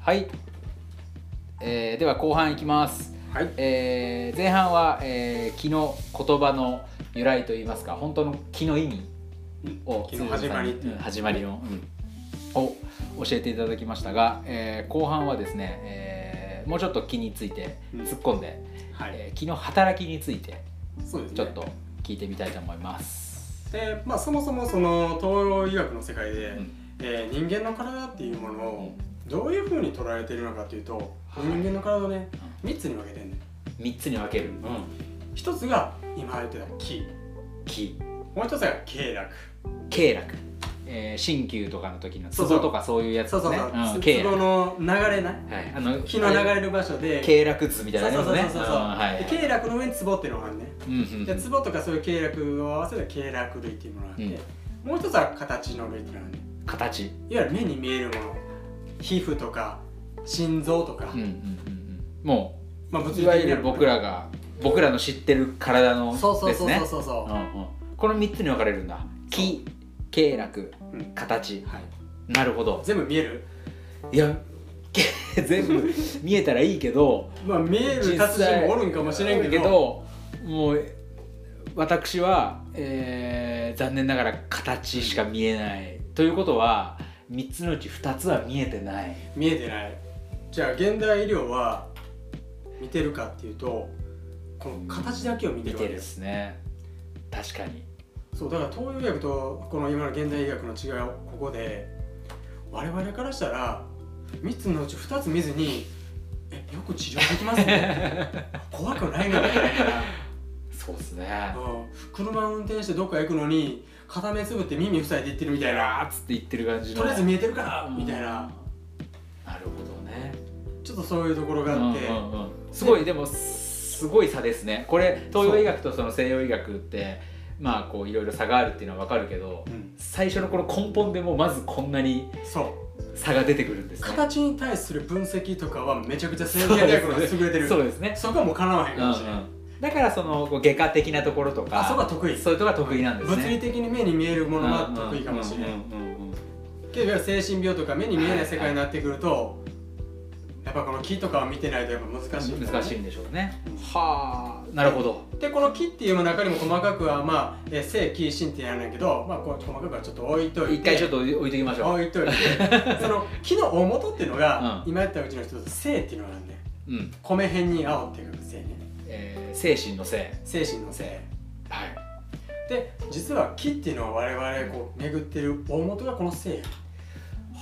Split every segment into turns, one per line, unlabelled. はい、えーでは後半いきます、
はい
えー前半は、えー気の言葉の由来といいますか本当の気の意味を
気の始まりっていう
うん始まりの、うんを教えていただきましたが、えー後半はですね、えーもうちょっと気について
うん
突っ込んで、
はい、
えー気の働きについて
そうですね
ちょっと聞いてみたいと思います。
で、まあ、そもそもその東洋医学の世界で、
うん
えー人間の体っていうもの
う
を
ん
どういうふうに捉えているのかというと、
はい
人間の体をね3つに分けてんねん
3つに分ける、
一つが今言ってた気
気
もう一つが経絡
経絡、えー鍼灸とかの時のツ
そうそう
ボとかそういうやつ
そう
です
そう
ね
そう
うん
鉄
経
道
絡
の流れない
はいあの
気の流れる場所で
経絡図みたい
そ
なの
うそう
あり
そ
ます
うそう
ね
そう、
はい
で経絡の上にツボっていうのがあるね
うんうん
でツボとかそういう経絡を合わせた経絡類っていうものがあって、もう一つは形の類っていうのがあるね
形
いわゆる目に見えるもの皮膚とか心臓とか、
うんうんうんうんも
まあ
う
物理
い
的な
わゆる僕らが僕らの知ってる体のですね
そうそうそうそうそうそうう、
んうんこの3つに分かれるんだ気経絡
うん
形
はい、
なるほど
全部見える
いやけ全部見えたらいいけど
まあ見える達人もおるんかもしれんけど
もう私は、えー残念ながら形しか見えない、ということは3つのうち2つは見えてない
見えてないじゃあ現代医療は見てるかっていうとこの形だけを見て
見
るわ
て
けで
ですすね確かに
そうだから東洋医学とこの今の現代医学の違いはここで我々からしたら3つのうち2つ見ずにえよく治療できますね 怖くないのかみたいな
そうですね
うん車運転してどっか行くのに片目つぶって耳塞いで行ってるみたい
あ
な
ーっつって言ってる感じの
とりあえず見えてるからみた
う
いな
んなるほどね
ちょっとそういうところがあって、
うんうんうんすごいでもすごい差ですねこれ東洋医学とその西洋医学ってまあこういろいろ差があるっていうのは分かるけど、
うん
最初のこの根本でもうまずこんなに
そう
差が出てくるんですね
形に対する分析とかはめちゃくちゃ先天大学の方が優れてる
そ
そう
ですね
こはもうかなわへんかもしれない、
だからそのこう外科的なところとか
あそこは得意
そういうとこが得意なんですね
物理的に目に見えるものが得意かもしれない、
うんうんうんうんうん
けど精神病とか目に見えない世界になってくるとやっぱこの木とかを見てないとやっぱ難しい、
難しいんでしょうね
うん
はあなるほど
でこの木っていう中にも細かくはまあえー正気心ってやるんだけどまあこう細かくはちょっと置いといて
一回ちょっ
と
と置いときましょ
置 いといてその木の大元っていうのが、
うん
今やったうちの一つ性っていうのがあるね
う、うん
米辺に青っていうか性ね
えー精神の性
精神の性
はい
で実は木っていうのは我々こう巡ってる大元がこの性や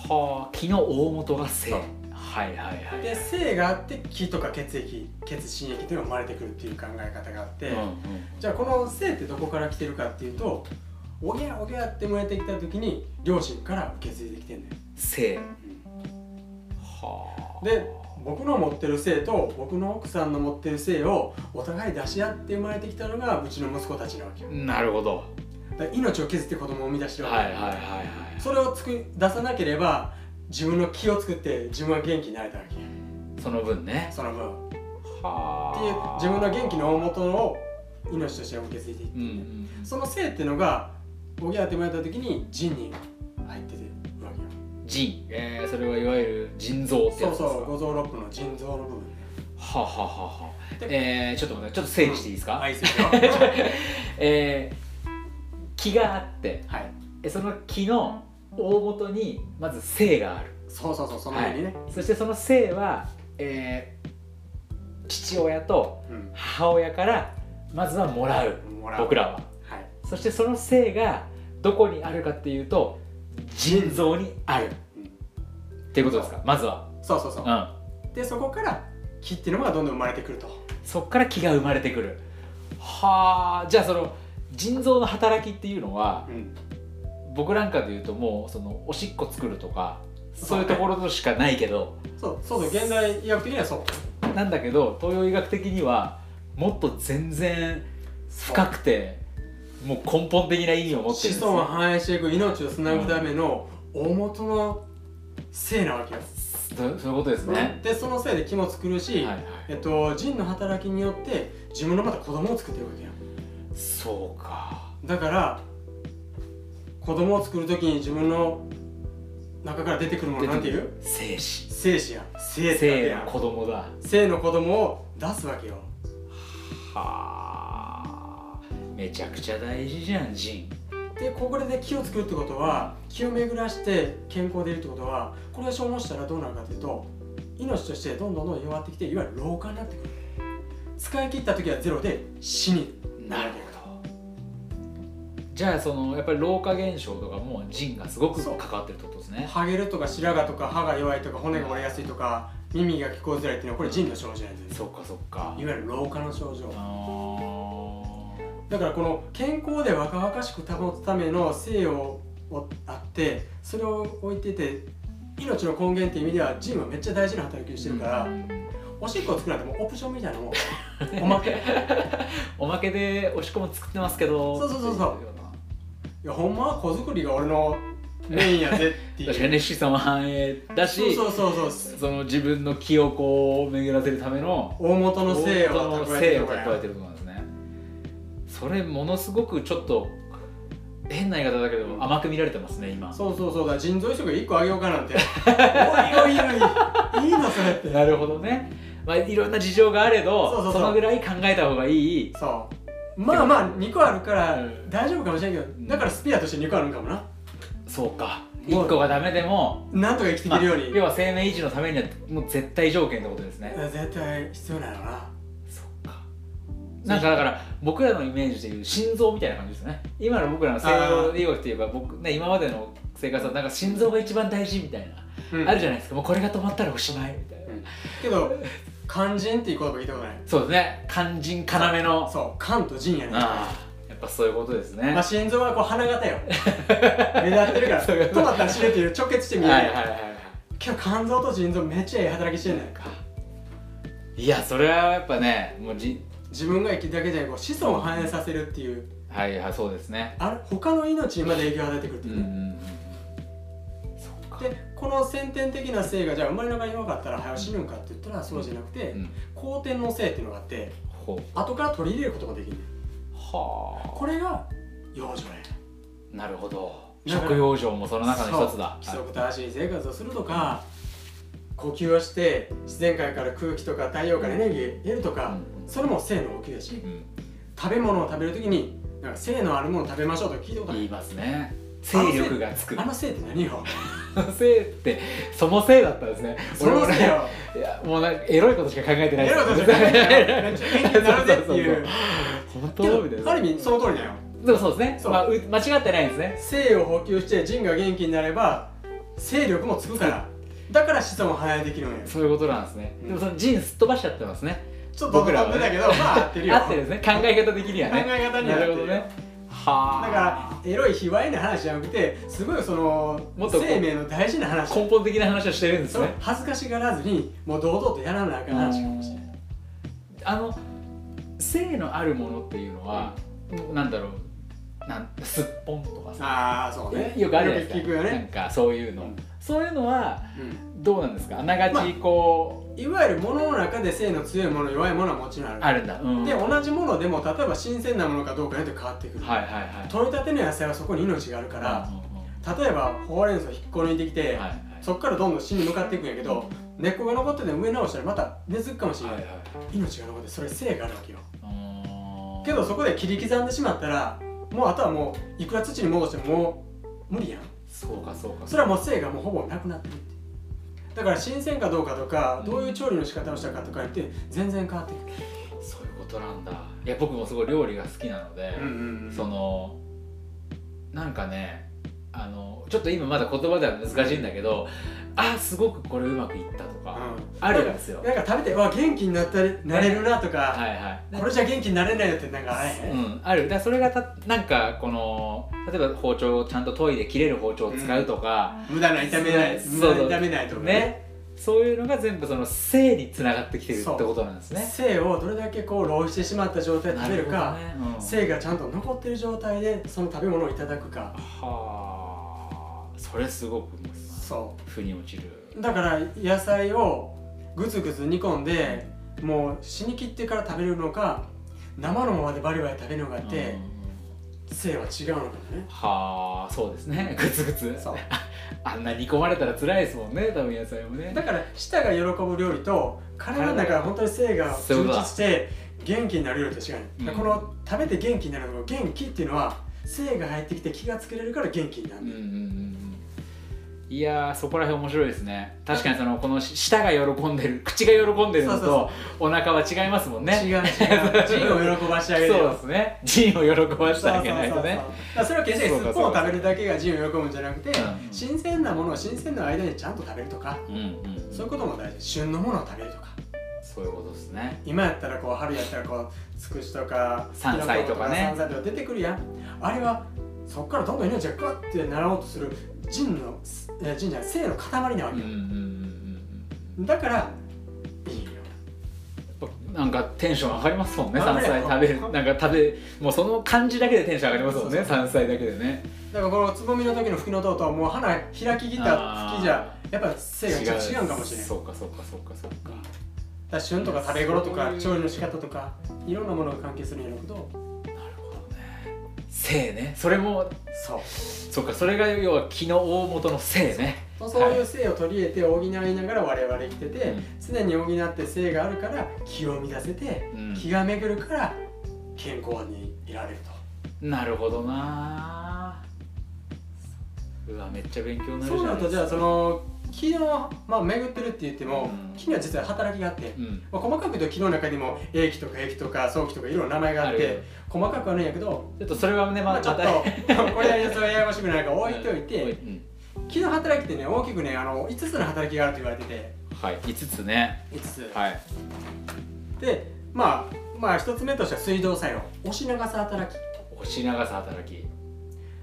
はあ気の大元が性
そう
はいはいはい
で性があって気とか血液血心液っていうのが生まれてくるっていう考え方があって、
うんうん
じゃあこの性ってどこから来てるかっていうとおぎゃおぎゃって燃えてきた時に両親から受け継いできてんだよ、
性はあ
で僕の持ってる性と僕の奥さんの持ってる性をお互い出し合って生まれてきたのがうちの息子たちなわけよ
なるほど
だから命を削って子供を生み出してるわけ、
はいはいはいはい
それを作り出さなければ自分の気を作って自分は元気になれたわけよ
その分ね
その分
は
っていう自分の元気の大元を命として受け継いでいって
うん
る、その性っていうのがおぎゃって生まれた時に腎に入ってるわけよ
うん腎、えー、それはいわゆる腎臓って
そ
やつ
う
ですか
そう五臓六腑の腎臓の部分ね
はあはあはあはあ
で
えー、ちょっと待ってちょっと整理していいですか、
はいいいですよはい
えー気があってえその気の大元にまず性がある
そうそうそうその上にね、
そしてその性は、えー父親と
う
母親からまずはもらうん
もらう
僕らは
はい
そしてその性がどこにあるかっていうと腎臓にあるっていうことですかまずは、
そうそうそう
う、ん、
でそこから木っていうのがどんどん生まれてくると
そっから気が生まれてくるはあじゃあその腎臓の働きっていうのは
うん
僕なんかで言うともうそのおしっこ作るとか
そ
そうう
ね
いうところとしかないけど
そうそうそう現代医学的にはそう
なんだけど東洋医学的にはもっと全然深くてもう根本的な意味を持ってるんです
子孫を
よ
繁栄していく命をつなぐための大元の性なわけよ、
そうそういうことですね、
でそのせいで木も作るし、
はいはい
えっと、腎の働きによって自分のまた子供を作っていくわけよ
そうか
だから子供を作る時に自分の中から出てくるものなんていう
精子
精子や精子
性
や
の子供だ
性の子供を出すわけよ
はあめちゃくちゃ大事じゃんジ
でここでね気をつくってことは気を巡らして健康でいるってことはこれが消耗したらどうなるかというと命としてどんどんどんどん弱ってきていわゆる老化になってくる使い切った時はゼロで死に
ンほどじゃあそのやっぱり老化現象とかもジンがすごく
そう
関わってるってことですね
ハゲるとか白髪とか歯が弱いとか骨が折れやすいとか耳が聞こえづらいっていうのはこれ腎の症状なんです
そっかそっか
いわゆる老化の症状
あ
だからこの健康で若々しく保つための性ををあってそれを置いてて命の根源っていう意味では腎はめっちゃ大事な働きを
ー
してるから、
うん
おしっこを作るなんてもうオプションみたいなもんおまけ い
おまけでおし込も作ってますけど
そうそうそうそう
っていよな
やほんまは子作りが俺のメインやぜっていう
確かにね子孫繁栄だし
そうそうそうそう
その自分の記憶を巡らせるための
大元の性を
本当の
蓄えて
性
る
を
から
蓄えてるとこなんですねそれものすごくちょっと変な言い方だけど甘く見られてますね今
そうそうそうだ腎臓移植1個あげよう かなんておいおいおいいいのそれって
なるほどねまあいろんな事情があれど
そうそうそう
のぐらい考えた方がいい
そうまあまあ2個あるから
うん
大丈夫かもしれんけど、
ん
だからスペアとして2個あるんかもな
そうか
もう
1個がダメでも、
なんとか生きてい
ま
け
あ
るように、
要は生命維持のためにはもう絶対条件ってことですね、
絶対必要なのな
そっかなんかだから僕らのイメージでいう心臓みたいな感じですね今の僕らの西洋医学っていえば僕、ね、今までの生活はなんか心臓が一番大事みたいな、
うん
あるじゃないですかもうこれが止まったらおしまいみたいな、
うんけど肝腎っていう言葉聞いたことない
そうですね肝心要の
そう肝と腎やね
ああやっぱそういうことですね、
まあ、心臓はこう花 形よ目立ってるから
そういうこと
止まったら死ぬっていう直結して見え
はい
る
は
や
い
ん
はいはい
けど肝臓と腎臓めっちゃええ働きしてんねん
いやそれはやっぱねもうじ
自分が生きるだけじゃなくこう子孫を反映させるっていう
はいはいそうですね
あれ他の命にまで影響を与えてくるって
うん
いううん
うん
ね、
うんそっか
でこの先天的な性がじゃあ生まれながら弱かったら早死ぬんかって言ったらそうじゃなくて、
うん
後天の性っていうのがあって
ほう
後から取り入れることができる
は
これが養生や
あなるほど
だから
食用生もその中の一つだ
そう規
はい
則正しい生活をするとか呼吸をして自然界から空気とか太陽からエネルギーを得るとか、
うん
それも性の呼吸だし
うん
食べ物を食べるときになんか性のあるものを食べましょうとか聞いたことあ
言
る
いますね勢力がつく
あの性って何よ
性ってその性だったんですね
その性
ね
よ
いやもうなんかエロいことしか考えてない
エ
です
ロいことじゃないよ めっちゃ元気になるぜっていう
本
け
当みたい
どあ
な
る意味その通りだよ
でもそうですね
そう
まあう間違ってないんですね
性を補給して腎が元気になれば性力もつくからだから子孫も早いできるのよ
そういうことなんですね
うん
でもそのジンすっ飛ばしちゃってますね
ちょっと
僕らはね
だけどまあ合ってるよ
合ってるんですね考え方的には
考
ね
え方には合っ
なる
てる
ほ
よ
どねは
だ
あ
からエロい卑猥な話じゃなくてすごいその
もっとこう
生命の大事な話
根本的な話をしてるんです
それ
ね
恥ずかしがらずにもう堂々とやらなあかん話かもしれない
あの性のあるものっていうのは、なんだろうなんすっぽんとかさ
ああそうね
よくあるじゃないですか
よく聞く
な
よ
ん
ね、
かそういうの、
うん
そういうのは
うん
どうなんですかあながちこ
いわゆる物の中で性の強いもの弱いものはもちろんあ
う、
る
あるんだ、うん
で
はい
同じものでも例えば新鮮なものかどうかによって変わってくる、
はいはい
取れたての野菜はそこに命があるから、
うんうんうん
例えばほうれん草引っこ抜いてきて、
はいはい
そこからどんどん死に向かっていくんやけど根っこが残ってて上直したらまた根付くかもしれない、
はいはい
命が残ってそれ性があるわけよ
うーん
けどそこで切り刻んでしまったらもうあとはもういくら土に戻してももう無理やん
そうかそうか
それはもう性がもうほぼなくなってるってだから新鮮かどうかとかどういう調理の仕方をしたかとか言って全然変わってくる、
そういうことなんだいや僕もすごい料理が好きなので、
ん
そのなんかねあのちょっと今まだ言葉では難しいんだけど、あすごくこれうまくいったとか、あるんですよ
なんか食べてわ元気になったりなれるなとか、
はいはい
これじゃ元気になれないよってなんかあれへん、
うん、あるだからそれがたなんかこの例えば包丁をちゃんと研いで切れる包丁を使うとか、
無駄な炒めない
そう
無駄な炒めないとか
ねそういうのが全部その性につながってきてるってことなんですね。
性をどれだけこう浪費してしまった状態で食べるか
なるほどねうん
性がちゃんと残ってる状態でその食べ物をいただくか
はあそれすごく思います。
そ
腑に落ちる。
うだから野菜をグツグツ煮込んでもう死に切ってから食べるのか生のままでバリバリ食べるのかって、
うん
性は違うのかね
はあそうですねグツグツ
そう
あんな煮込まれたら辛いですもんね多分野菜もね
だから舌が喜ぶ料理と体の中が本当に性が
そういうこ
充
とだ
実して元気になる料理と違う、ね
うん
この食べて元気になるのが元気っていうのは性が入ってきて気がつけれるから元気になる、
うんうんうんうんいやーそこら辺面白いですね確かにそのこの舌が喜んでる 口が喜んでるの
そうそう
とお腹は違いますもんね
違う違う人を喜ばしてあげる
そうですね人を喜ばしてあげないと
そう
ね
そうそうだからそれは決して
そう
ス
か
ッポンを食べるだけが人を喜ぶんじゃなくて、
うん
新鮮なものを新鮮な間にちゃんと食べるとか、
うんうんうん
そういうことも大事旬のものを食べるとか
そういうことですね
今やったらこう春やったらこうつくしとか
山菜とかね
きのこと山菜とか出てくるやんあれはそっからどんどん命がグッてなろうとする人のいや人じゃない性の塊なわ
うん
け
うん
よ
うん、うん
だからいいよ
うんなんかテンション上がりますもんね
上が
山
る
菜食べるなんか食べもうその感じだけでテンション上がりますもんね
そうそう
山菜だけでね
だからこのつぼみの時の吹きのとうともう花開ききった吹きじゃやっぱ性がちょっと違うんかもしれない
そうかそうかそうかそうか
だから旬とか食べ頃とか
そういう
調理の仕方とかいろんなものが関係するんやろうけど
なるほどね性ねそれも
そう
そうかそれが要は気の大元の性ね
そういう性を取り入れて補いながら我々生きてて、
うん
常に補って性があるから気を乱せて
うん
気が巡るから健康にいられる
なるほどなうわめっちゃ勉強にな
と
るじ
そう
ゃ
な
な
る
いです
とじ
か
ゃあその気の、まあ、巡ってるって言っても、
うん
気には実は働きがあって、
うん
まあ、細かく言うと気の中にも栄気とか益気とか早気とかいろんな名前があっ
ある
て細かくはないんやけど、
ちょっとそれはね
ま
ま
あ、
あ
ちょっと これはやつはややこしくないから置いといて、
うん
気の働きってね大きくねあの5つの働きがあると言われてて
はい5つね
5つ、
はい
でまあまあ1つ目としては水道作用押し流す働き
押し流す働き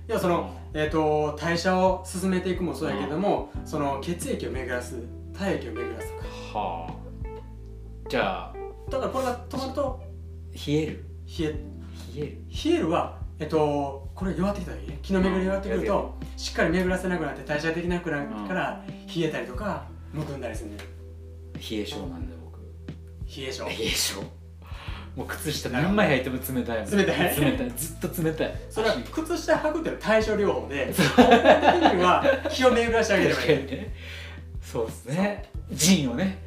要はその、えー、と代謝を進めていくもそうやけども、その血液を巡らす体液を巡らすとか
はあじゃあ
だからこれが止まると
冷える
冷え
冷える
冷えるはえっ、とこれ弱ってきた時ね気の巡りが弱ってくると、しっかり巡らせなくなって代謝できなくなるから、冷えたりとかむくんだりするね
冷え性なんで僕
冷え性
冷え性もう靴下何枚履いても冷たいもん
冷たい
冷たいずっと冷たい
それ は
足
靴下履くっていうのは対症療法で根本的には気を巡らしてあげれば
確か
いい
にねそうですねジンをね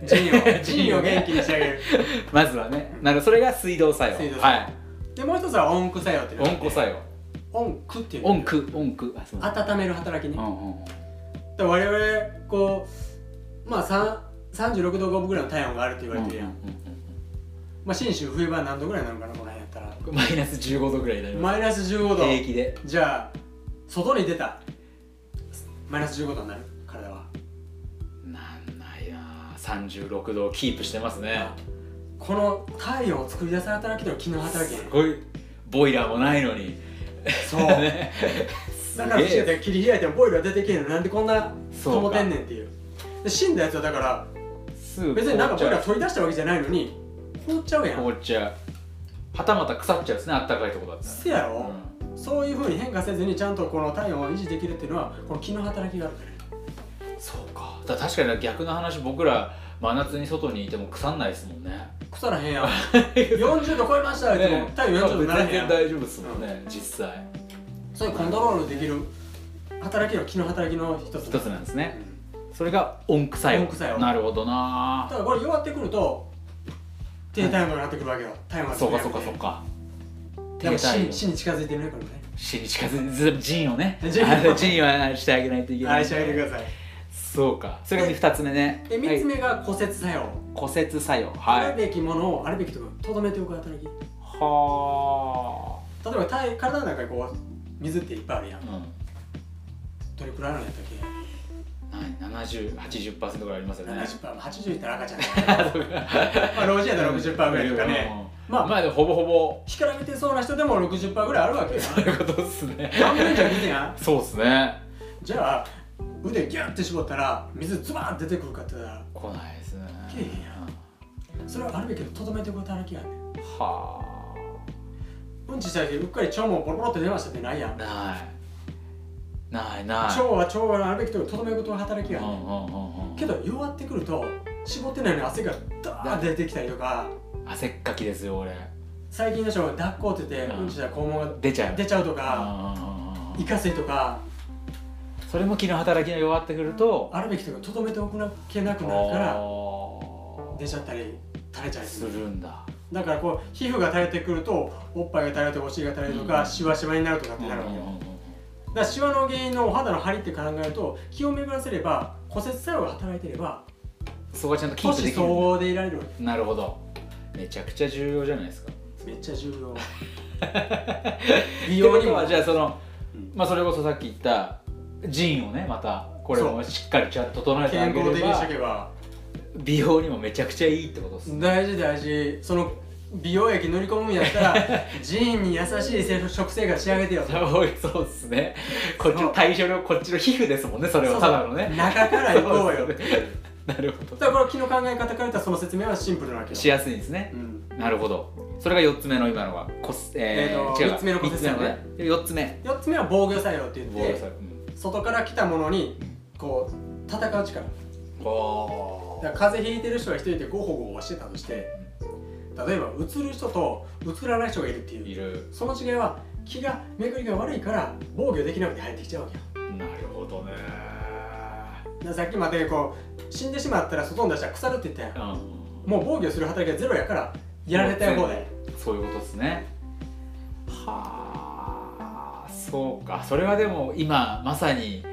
腎を腎を元気にしてあげる
まずはねなるそれが水道作用
水道作用
はい
でもう一つは温句作用っていうのがあ
温
って
庫作用
温句っていうのがあ
温
って
区温区あそうだ
温める働きね
う、んうんうん
で我々こうまあさん36度5分ぐらいの体温があるって言われてるやん、
うんうん
まあ信州冬場は何度ぐらいなのかなこの辺やったら
うんマイナス15度ぐらいになりま
マイナス15
す
度
平気で
じゃあ外に出たマイナス15度になる体は
なんないな36度をキープしてますね
この体温を作り出す働きと気の働きや
すごいボイラーもないのに
そ う
ね
だから不思議だよ切り開いてもボイルは出てけへんのなんでこんな
そう
保
か
てんねんっていうで死んだやつはだから
すぐ
別になんかボイルは
凍
取り出したわけじゃないのに凍っちゃうやん
っちゃうはたまた腐っちゃうんですねあったかいとこだったら
せやろ、
うん
そういうふうに変化せずにちゃんとこの体温を維持できるっていうのはこの気の働きがあるから
そうかだから確かに逆の話僕ら真夏に外にいても腐んないですもんね
腐らへん やん40度超えましたって言っても体温40度になら
全
へんや
然
ん
大丈夫ですもんね、実際
そういうコントロールできる働きの気の働きの一つ
一つなんですね
うん
それが音句作用
音句作用
なるほどな
ただこれ弱ってくると低体温になってくるわけよ体温が
そうかそうかそうか
でも
低体温
死死に近づいてるねこれね
死に近づいてずジンをね
ジンを
ジンはしてあげないといけない
あれしてあげてください
そうかそれが2つ目ね
で3つ
はい
目が骨折作用、
骨折作用
あ
は
る
い
べきものをあるべきところにとどめておく働き例
は
えば体体の中にこう水っていっぱいあるやん
あう
どれくらいあるんやったっけ
ん何7080%ぐらいありますよね
70%、80いったら赤ちゃん。
そう
まあ、老人やったら60%ぐらいとかね。
うんまあ
まあ、
でもほぼほぼ
干からびてそうな人でも60%ぐらいある わけよ。
そういうことっすね
半分以上見てやん。
そうっすね
じゃあ、腕ギュッて絞ったら、水ズバーン出てくるかって言ったら、
来ないですね
いやいやそれはあるべきでとどめておく働きやねん。
は
うんちした時、うっかり腸もボロボロって出ましたってないやん。
あないないない
腸は腸はあるべきところにとどめることの働き
うん
や
う
ねん。
んうんうん
けど、弱ってくると、絞ってないのに汗がダーッ出てきたりとか、
汗っかきですよ俺
最近の人は抱っこって言って、
うん
うんちしたら肛門が
出ちゃう
出ちゃうとか、
あ
イカせとか、
それも気の働きが弱ってくると
あるべきとかとどめておくなけなくなるから、出ちゃったり、垂れちゃ
あー
い
するんだ
だからこう皮膚が垂れてくるとおっぱいが垂れてお尻が垂れると
う
か
ん
シワシワになるとかってなるわけよ
うんうんうんうん
だからシワの原因のお肌の張りって考えると気を巡らせれば骨折作用が働いてれば
そこはちゃんとキ
都
ープ
市
できる
総
ん
合でいられるわ
だなるほどめちゃくちゃ重要じゃないですか
けめっちゃ重 要美
美容
容に
に
も
はじゃあその、
うん
まあ、それこそさっき言った腎をねまたこれもしっかりちゃんと整えてあ
健
げ
康
れ
的にし
ば
とけば
美容にもめちゃくちゃいいってことですね
大事大事その美容液塗り込むんやっ たらジーンに優しい食生活仕上げてよ
そうですねこっちの対象のこっちの皮膚ですもんねそれはただのね
中からいこうよ
そうですねなるほ
だ
ど
からこれ昨日考え方から言ったらその説明はシンプルなわけよ
しやすいんですね
うん
なるほどそれが4つ目の今のはこす、え
え
ー
ーと
違う
三つ目の骨
3つ目
折
のね4つ目
4つ目は防御作用って言っ
防御
て
作用
外から来たものにこう戦う力
お
だから風邪ひいてる人が一人でゴホゴホしてたとして例えばうつる人とうつらない人がいるって
い
いう
る
その違いは気が巡りが悪いから防御できなくて入ってきちゃうわけよ
なるほどね
だからさっきまでこう死んでしまったら外に出したら腐るって言ったやん
うん
もう防御する働きがゼロやからやられたい方で
そういうことですねはあそうかそれはでも今まさに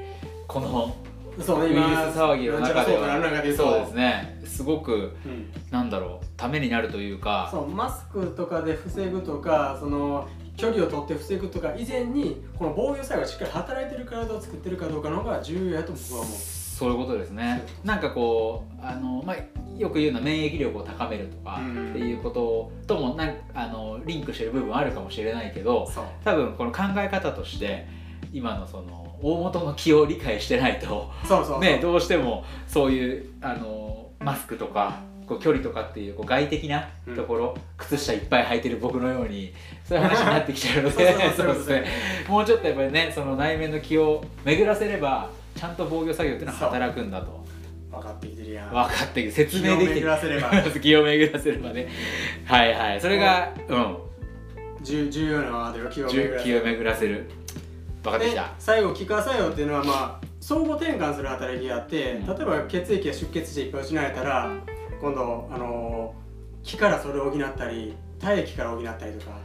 この
そう
ウイ
ね
ルス
今
騒ぎの中では
なんちゃらそうかなんなんかで言うと
そうですねすごく
うん
なんだろうためになるというか
そうマスクとかで防ぐとかその距離を取って防ぐとか以前にこの防御作用がしっかり働いてる体を作ってるかどうかの方が重要やと僕は思う
そういうことですねなんかこうあの、まあ、よく言うのは免疫力を高めるとか
うん
っていうことともなんあのリンクしてる部分はあるかもしれないけど
そう
多分この考え方として今のその大元の気を理解してないと
そうそう
ね、どうしてもそういうあのマスクとかこう距離とかっていうこう外的なところ、靴下いっぱい履いてる僕のようにそういう話になってきちゃうので
そうそうそうそう
そうですねもうちょっとやっぱりねその内面の気を巡らせればちゃんと防御作業っていうのは働くんだと
分かってきてるやん
分かってる説明できて
気を巡らせれば
気を巡らせればねはいはいそれが、うん、
重重要なワードよ気を
じ
巡
ゅ
らせ
気
る
を巡らせる分かってき
で
た
最後気化作用っていうのはまあ相互転換する働きがあって、
うん
例えば血液が出血していっぱい失われたら今度あの気からそれを補ったり体液から補ったりとか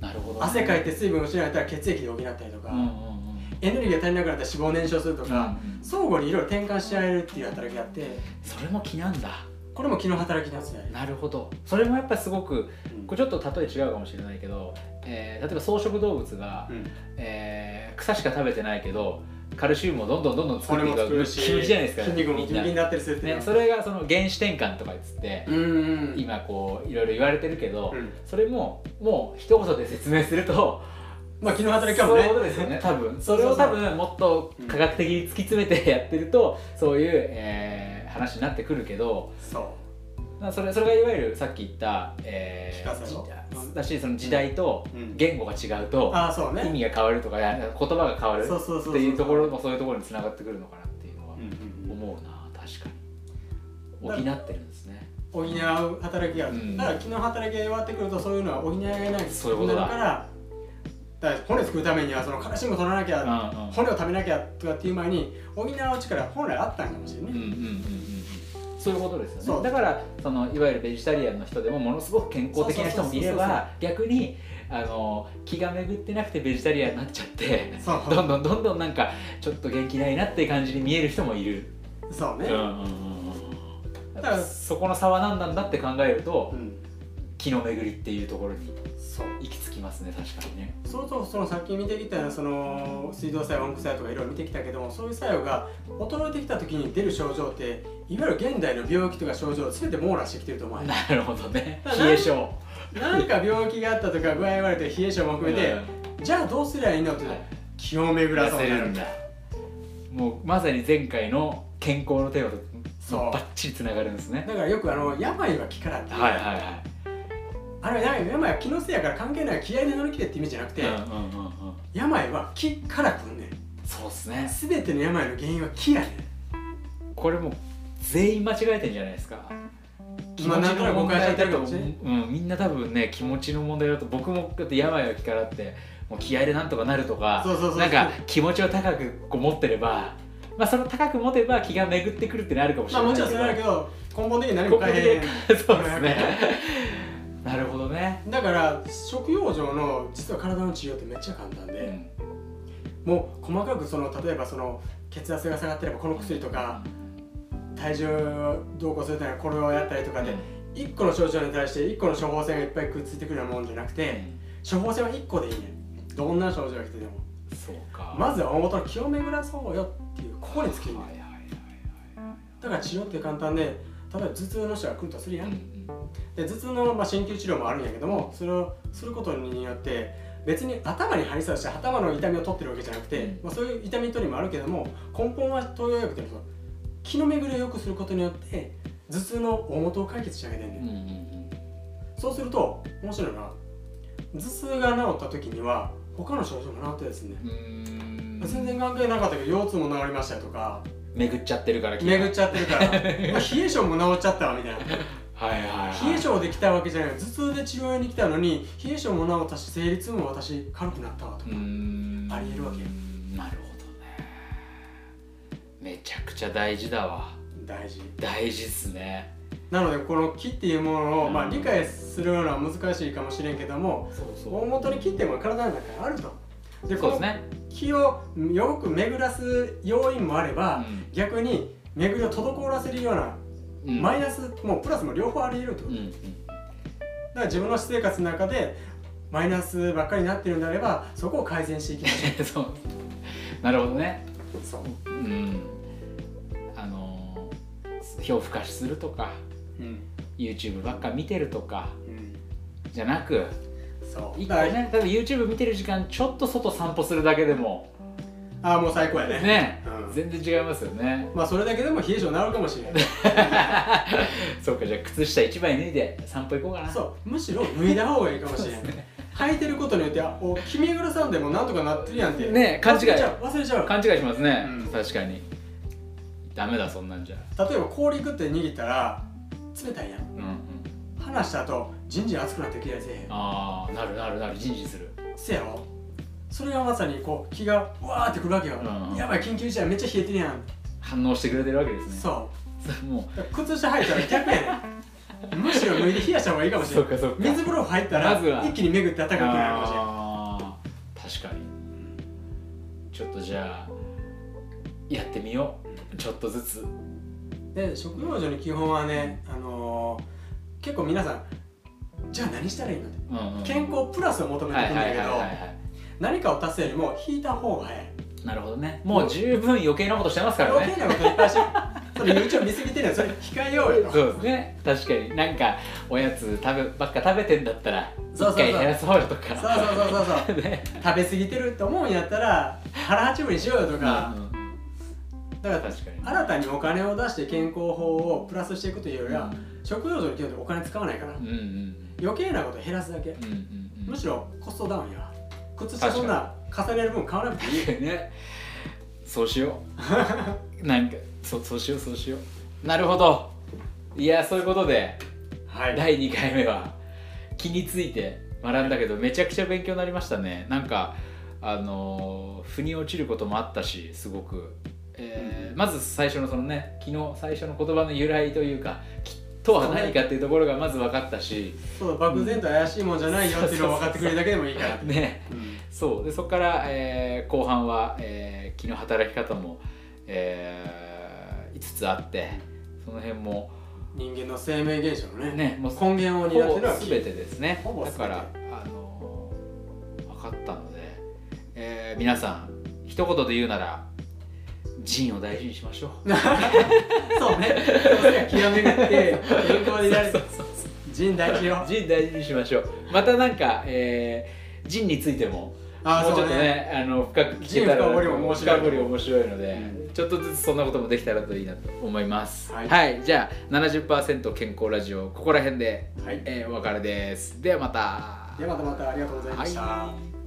なるほど、
汗かいて水分を失われたら血液で補ったりとか、
うんうんうん
エネルギーが足りなくなったら脂肪を燃焼すると
うんう
か、
ん
相互にいろいろ転換し合えるっていう働きがあって
それも気なんだ
これも気の働きなんですよね、
なるほどそれもやっぱすごく
うん
これちょっと例え違うかもしれないけど、えー例えば草食動物が、
うん
えー草しか食べてないけどカルシウムをどんどんどんどん
こ
作っ
れ
てい
も
く
作るし
筋肉じゃないですか
筋肉も
み
ム
ん
キ
な
ムキになったりするっていう
ね、
の
それがその原始転換とかっつって、
うんうんうん
今こういろいろ言われてるけど、
うん
それももう一言で説明すると
まあ気の働きかもね
そういうことですよね多分
そ
そう
そ
れ
う
を多分もっと科学的に突き詰めてやってるとそういう、えー話になってくるけど、
そ
まあそれそれがいわゆるさっき言った、え
聞かせろ
ー、だしその時代と
うん
言語が違う
う
と
ああそうね
意味が変わるとかや言葉が変わる
そうそうそうそう
っていうところもそういうところにつながってくるのかなっていうのは
うんうんうん
思うな確
だ
かに補ってるんですね
補う働きがある、
うん
だから気の働きが弱ってくるとそういうのは補い合いがない
そういうことだ
なるからだから骨作るためにはそのカルシウム取らなき
う
ゃ、
んうん
骨を食べなきゃとかっていう前に補う力本来あったんかもしれない、
うんうんうんうんうんそういうことですよ
そう
ねだからそのいわゆるベジタリアンの人でもものすごく健康的な人もいれ
そうそうそう
ば逆にあの気が巡ってなくてベジタリアンになっちゃって
そう
どんどんどんどんなんかちょっと元気ないなって感じに見える人もいる
そうね、
だ
だ
か
からら
そこの差は何なんだって考えると
うん
気の巡りっていうところに
そう
行き着きますね確かにね
それとそのさっき見てきたその水道作用、温布作用とかいろいろ見てきたけどもそういう作用が衰えてきた時に出る症状っていわゆる現代の病気とか症状を全て網羅してきてると思うよ
なるほどね
だから
冷え性
なんか病気があったとか具合悪いとか冷え性も含めて、じゃあどうすりゃいいのって言うと気を巡ら
ら
せ
せ
る
るんだもうまさに前回の健康のテーマと
そう
バッチリつながるんですね
だからよくあの病は気からっていう、
はいはいはい
あれは病は気のせいやから関係ない気合で乗り切れって意味じゃなくて、
うんうんうんうん
病は気からくんねん
そうっすね
全ての病の原因は気やねん
これもう全員間違えてんじゃないですか気持ちの問題だと、
まあなんとなく誤解されてるかもしれない
うん、みんな多分ね気持ちの問題だと僕もだって病を気からってもう気合でなんとかなるとか
そうそうそうそう
なんか気持ちを高くこう持ってれば、まあ、その高く持てば気が巡ってくるってなるかもし
ま
れ
あ
ない
もちろんそれはあるけど根本的に何も変えへん
そうですねなるほどね、
だから食用上の実は体の治療ってめっちゃ簡単
う
で、
ん
もう細かくその例えばその血圧が下がってればこの薬とか、体重をどうこうするためにこれをやったりとかで、1個の症状に対して1個の処方箋がいっぱいくっついてくるようなもんじゃなくて、処方箋は1個でいいねんどんな症状が来てても
そうか
まずは大元の気を巡らそうよっていうここに尽きるねん
はいはいはいはい
だから治療って簡単で例えば頭痛の人が来るとするやん、
うん
で頭痛の、まあ、鍼灸治療もあるんやけどもそれをすることによって別に頭に針刺して頭の痛みを取ってるわけじゃなくて、
うん
まあ、そういう痛み取りもあるけども根本は東洋医学っていうのは気の巡りを良くすることによって頭痛の大元を解決してあげてんね、
うんんうんうん
そうすると面白いな頭痛が治った時には他の症状も治ってですね、
うーん
全然関係なかったけど腰痛も治りましたよと か
巡っちゃってるから
巡っ
ち
ちゃって るからまあ冷え性も治っちゃったわみたいな
はいはい、はい、
冷え性で来たわけじゃない頭痛で治療に来たのに冷え性も治ったし生理痛も私軽くなったわと
うーん
ありえるわけよ
なるほどねめちゃくちゃ大事だわ
大事
大事っすね
なのでこの木っていうものを、ま
う
あ、
ん
理解するのは難しいかもしれんけども
そう
大元に木っていうものは体の中にあるとで
そうです
この
ね、
木をよく巡らす要因もあれば、
うん
逆に巡りを滞らせるような
うん
マイナス、もうプラスも両方あり得ると、
うんうん
だから自分の私生活の中でマイナスばっかりになってるんであればそこを改善していきまし ょ
そうなるほどね
うそ
う
う、
んあのー評価視するとか
うん、
YouTube ばっか見てるとか
うん、
じゃなく
そう
一個
だから
ね多分 YouTube 見てる時間ちょっと外散歩するだけでも
ああもう最高や ね
ね、
うん
全然違いますよね
まあそれだけでも冷え性治るかもしれない
そうかじゃあ靴下一枚脱いで散歩行こうかな
そうむしろ脱いだ方がいいかもしれない履いてることによってあお君ぐらさんでもなんとかなってるやんって
ねえ勘違い
忘れちゃう忘れちゃう
勘違いしますね、
うん
確かにダメだそんなんじゃ
例えば氷食って握ったら冷たいやん
うんうん
離した後じんじん熱くなってきたりせえへん
ああなるなるなるじんじんする
せやろそれがまさにこう気がうわーってくるわけよ、
うんうん
やばい緊急事態めっちゃ冷えてるやん、
反応してくれてるわけですね
そ
それも
うだから靴下履いたら逆やね んむしろ脱いで冷やした方がいいか
う
もし
そ
れ
う
ない
かそうか
水風呂入った
まずは
ら一気に巡って暖かくなるかもしれない
あー確かにちょっとじゃあやってみようちょっとずつ
で食用所に基本はね、あのー結構皆さんじゃあ何したらいいのって
うんうん
健康プラスを求め
はい
てく
は
る
い
ん
はい
だけど
はいはい
何かを達成よりも引いた方が早い
なるほどねもう十分余計なことしてますから
余
ね
計なこといっぱいしてるそれ YouTube 見すぎてるやんそれ控えようよ
そうですね確かになんかおやつ食べばっか食べてんだったら
そうそうそう
一回減らそうよとか
そうそうそうそうそ う
ね
食べ過ぎてるって思うんやったら腹八分にしようよとか、
うんうん
だから
確かに
新たにお金を出して健康法をプラスしていくというよりは、食用上に基本的にお金使わないから、
うんうんうん
余計なこと減らすだけ、
うんうんうん
むしろコストダウンや靴下そんな重ねる分買わなくていい
いいよねそうしよう なんかそそうしようそうしようなるほどいやそういうことで
は
第2回目は気について学んだけどめちゃくちゃ勉強になりましたねなんかあのー腑に落ちることもあったしすごく、えーまず最初のそのね昨日最初の言葉の由来というかきっとは何かっていうところがまず分かったし
そう漠然と怪しいもんじゃないよっていうのを分かってくれるだけでもいいから、
ね
うん
そうでそこから、えー後半は、えー気の働き方も、え5つあってその辺も
人間の生命現象のね
ねもう
根源を
ほ
担ってるの
ぼ
は
全てですね
ほぼ
だ
全て
からあのー分かったので、えー皆さん一言で言うなら人を大事にしましょう。
そうねそうね気を巡って健康でいられ
そ
る
うそう そう
人大事よ
人大事にしましょう。またなんか、えー、人についても
ああ
もうち
そ
ょっ
う
とね
ね
あの深く聞けたら
人深掘りも面白い
深掘り面白いので、
う
ちょっとずつそんなこともできたらといいなと思いますは、
はいい
じゃあ70%健康ラジオここら辺で、
はい
えーお別れですではまた
ではまたまたありがとうございました、
はい